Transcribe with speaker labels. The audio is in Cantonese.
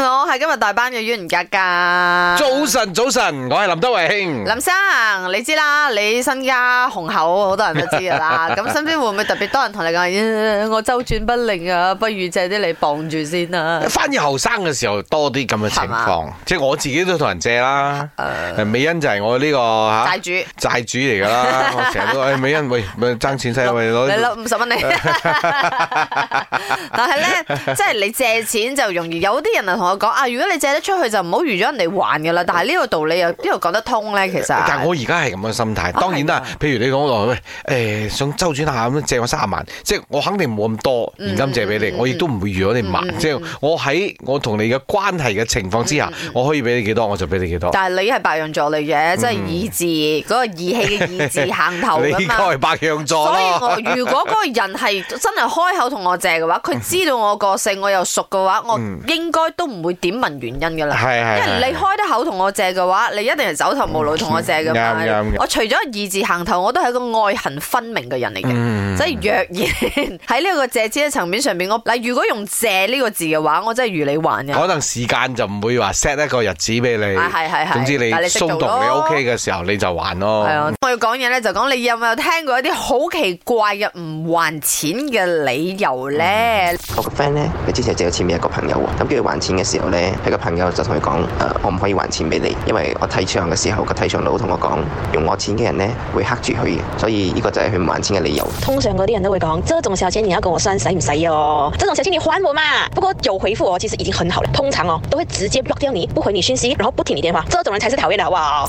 Speaker 1: 係今日大班嘅冤家噶。
Speaker 2: 早晨，早晨，我係林德榮。
Speaker 1: 啊林生，你知啦，你身家雄厚，好多人都知噶 啦。咁身邊會唔會特別多人同你講、呃我周轉不靈啊，不如借啲嚟傍住先啊啦、
Speaker 2: 翻譯後生嘅時候多啲咁嘅情
Speaker 1: 係嘛
Speaker 2: 況，即係我自己都同人借啦。誒美欣就係我呢個
Speaker 1: 啊？
Speaker 2: 吓
Speaker 1: 債主，
Speaker 2: 債主嚟 㗎啦，我成日都誒美欣喂咪爭錢使啊喂
Speaker 1: 你
Speaker 2: 攞。
Speaker 1: 攞五十 蚊你。但係咧，即係你借錢就容易，有啲人就同我講啊，如果你借得出去就唔好預咗人哋還噶啦。但係呢個道理又邊度講得通咧？其實。
Speaker 2: 但係我而家係咁嘅心態，當然啦。譬如你講話喂誒想周轉下咁樣借我三十萬，即係我肯定冇咁多
Speaker 1: 嗯
Speaker 2: 現金借俾你，我亦都唔會預咗你萬。即係我喺我同你嘅關係嘅情況之
Speaker 1: 嗯
Speaker 2: 下，我可以俾你幾多我就俾你幾多。
Speaker 1: 但係你係白羊座嚟
Speaker 2: 嗯
Speaker 1: 嘅，即係意志嗰、個義氣嘅意志行頭
Speaker 2: 你
Speaker 1: 噶
Speaker 2: 應該
Speaker 1: 嘛。
Speaker 2: 係白羊座
Speaker 1: 所以
Speaker 2: 咯。
Speaker 1: 我如果嗰個人係真係開口同我借嘅話，佢知道我個性，我又熟嘅話，我應該都唔會點問原因噶啦。
Speaker 2: 嗯係係
Speaker 1: 因為你開得口同我借嘅話，你一定係走投無路同我借嘅嘛
Speaker 2: 嗯啱啱嘅。
Speaker 1: 我除咗義字行頭，我都係一個愛恨分明嘅人嚟
Speaker 2: 嗯
Speaker 1: 嘅，即係若然喺呢個借錢嘅層面上面，我嗱如果用借呢個字嘅話，我真係如你還嘅。
Speaker 2: 可能時間就唔會話 set 一個日子俾你，
Speaker 1: 啊係係係
Speaker 2: 總之你
Speaker 1: 但係你識
Speaker 2: 鬆
Speaker 1: 做
Speaker 2: 動
Speaker 1: 咯
Speaker 2: 你 OK 嘅時候你就還咯。
Speaker 1: 係啊，我要講嘢咧就講你有冇聽過一啲好奇怪嘅唔還錢嘅理由咧？
Speaker 3: 我個 friend 咧，佢之前借咗錢俾一個朋友喎，咁跟住還錢嘅時候咧，佢個朋友就同佢講：誒、我唔可以還錢俾你，因為我睇場嘅時候，個睇場佬同我講，用我錢嘅人咧會黑住佢嘅，所以呢個就係佢唔還錢嘅理由。
Speaker 4: 通常嗰啲人都會講，這種小錢你要跟我算，使唔使哦？這種小錢你還我嘛？不過有回復我，其實哦已經很好了。通常哦，都會直接 block 掉你，不回你訊息，然後不聽你電話，這種人才是討厭的，好不好？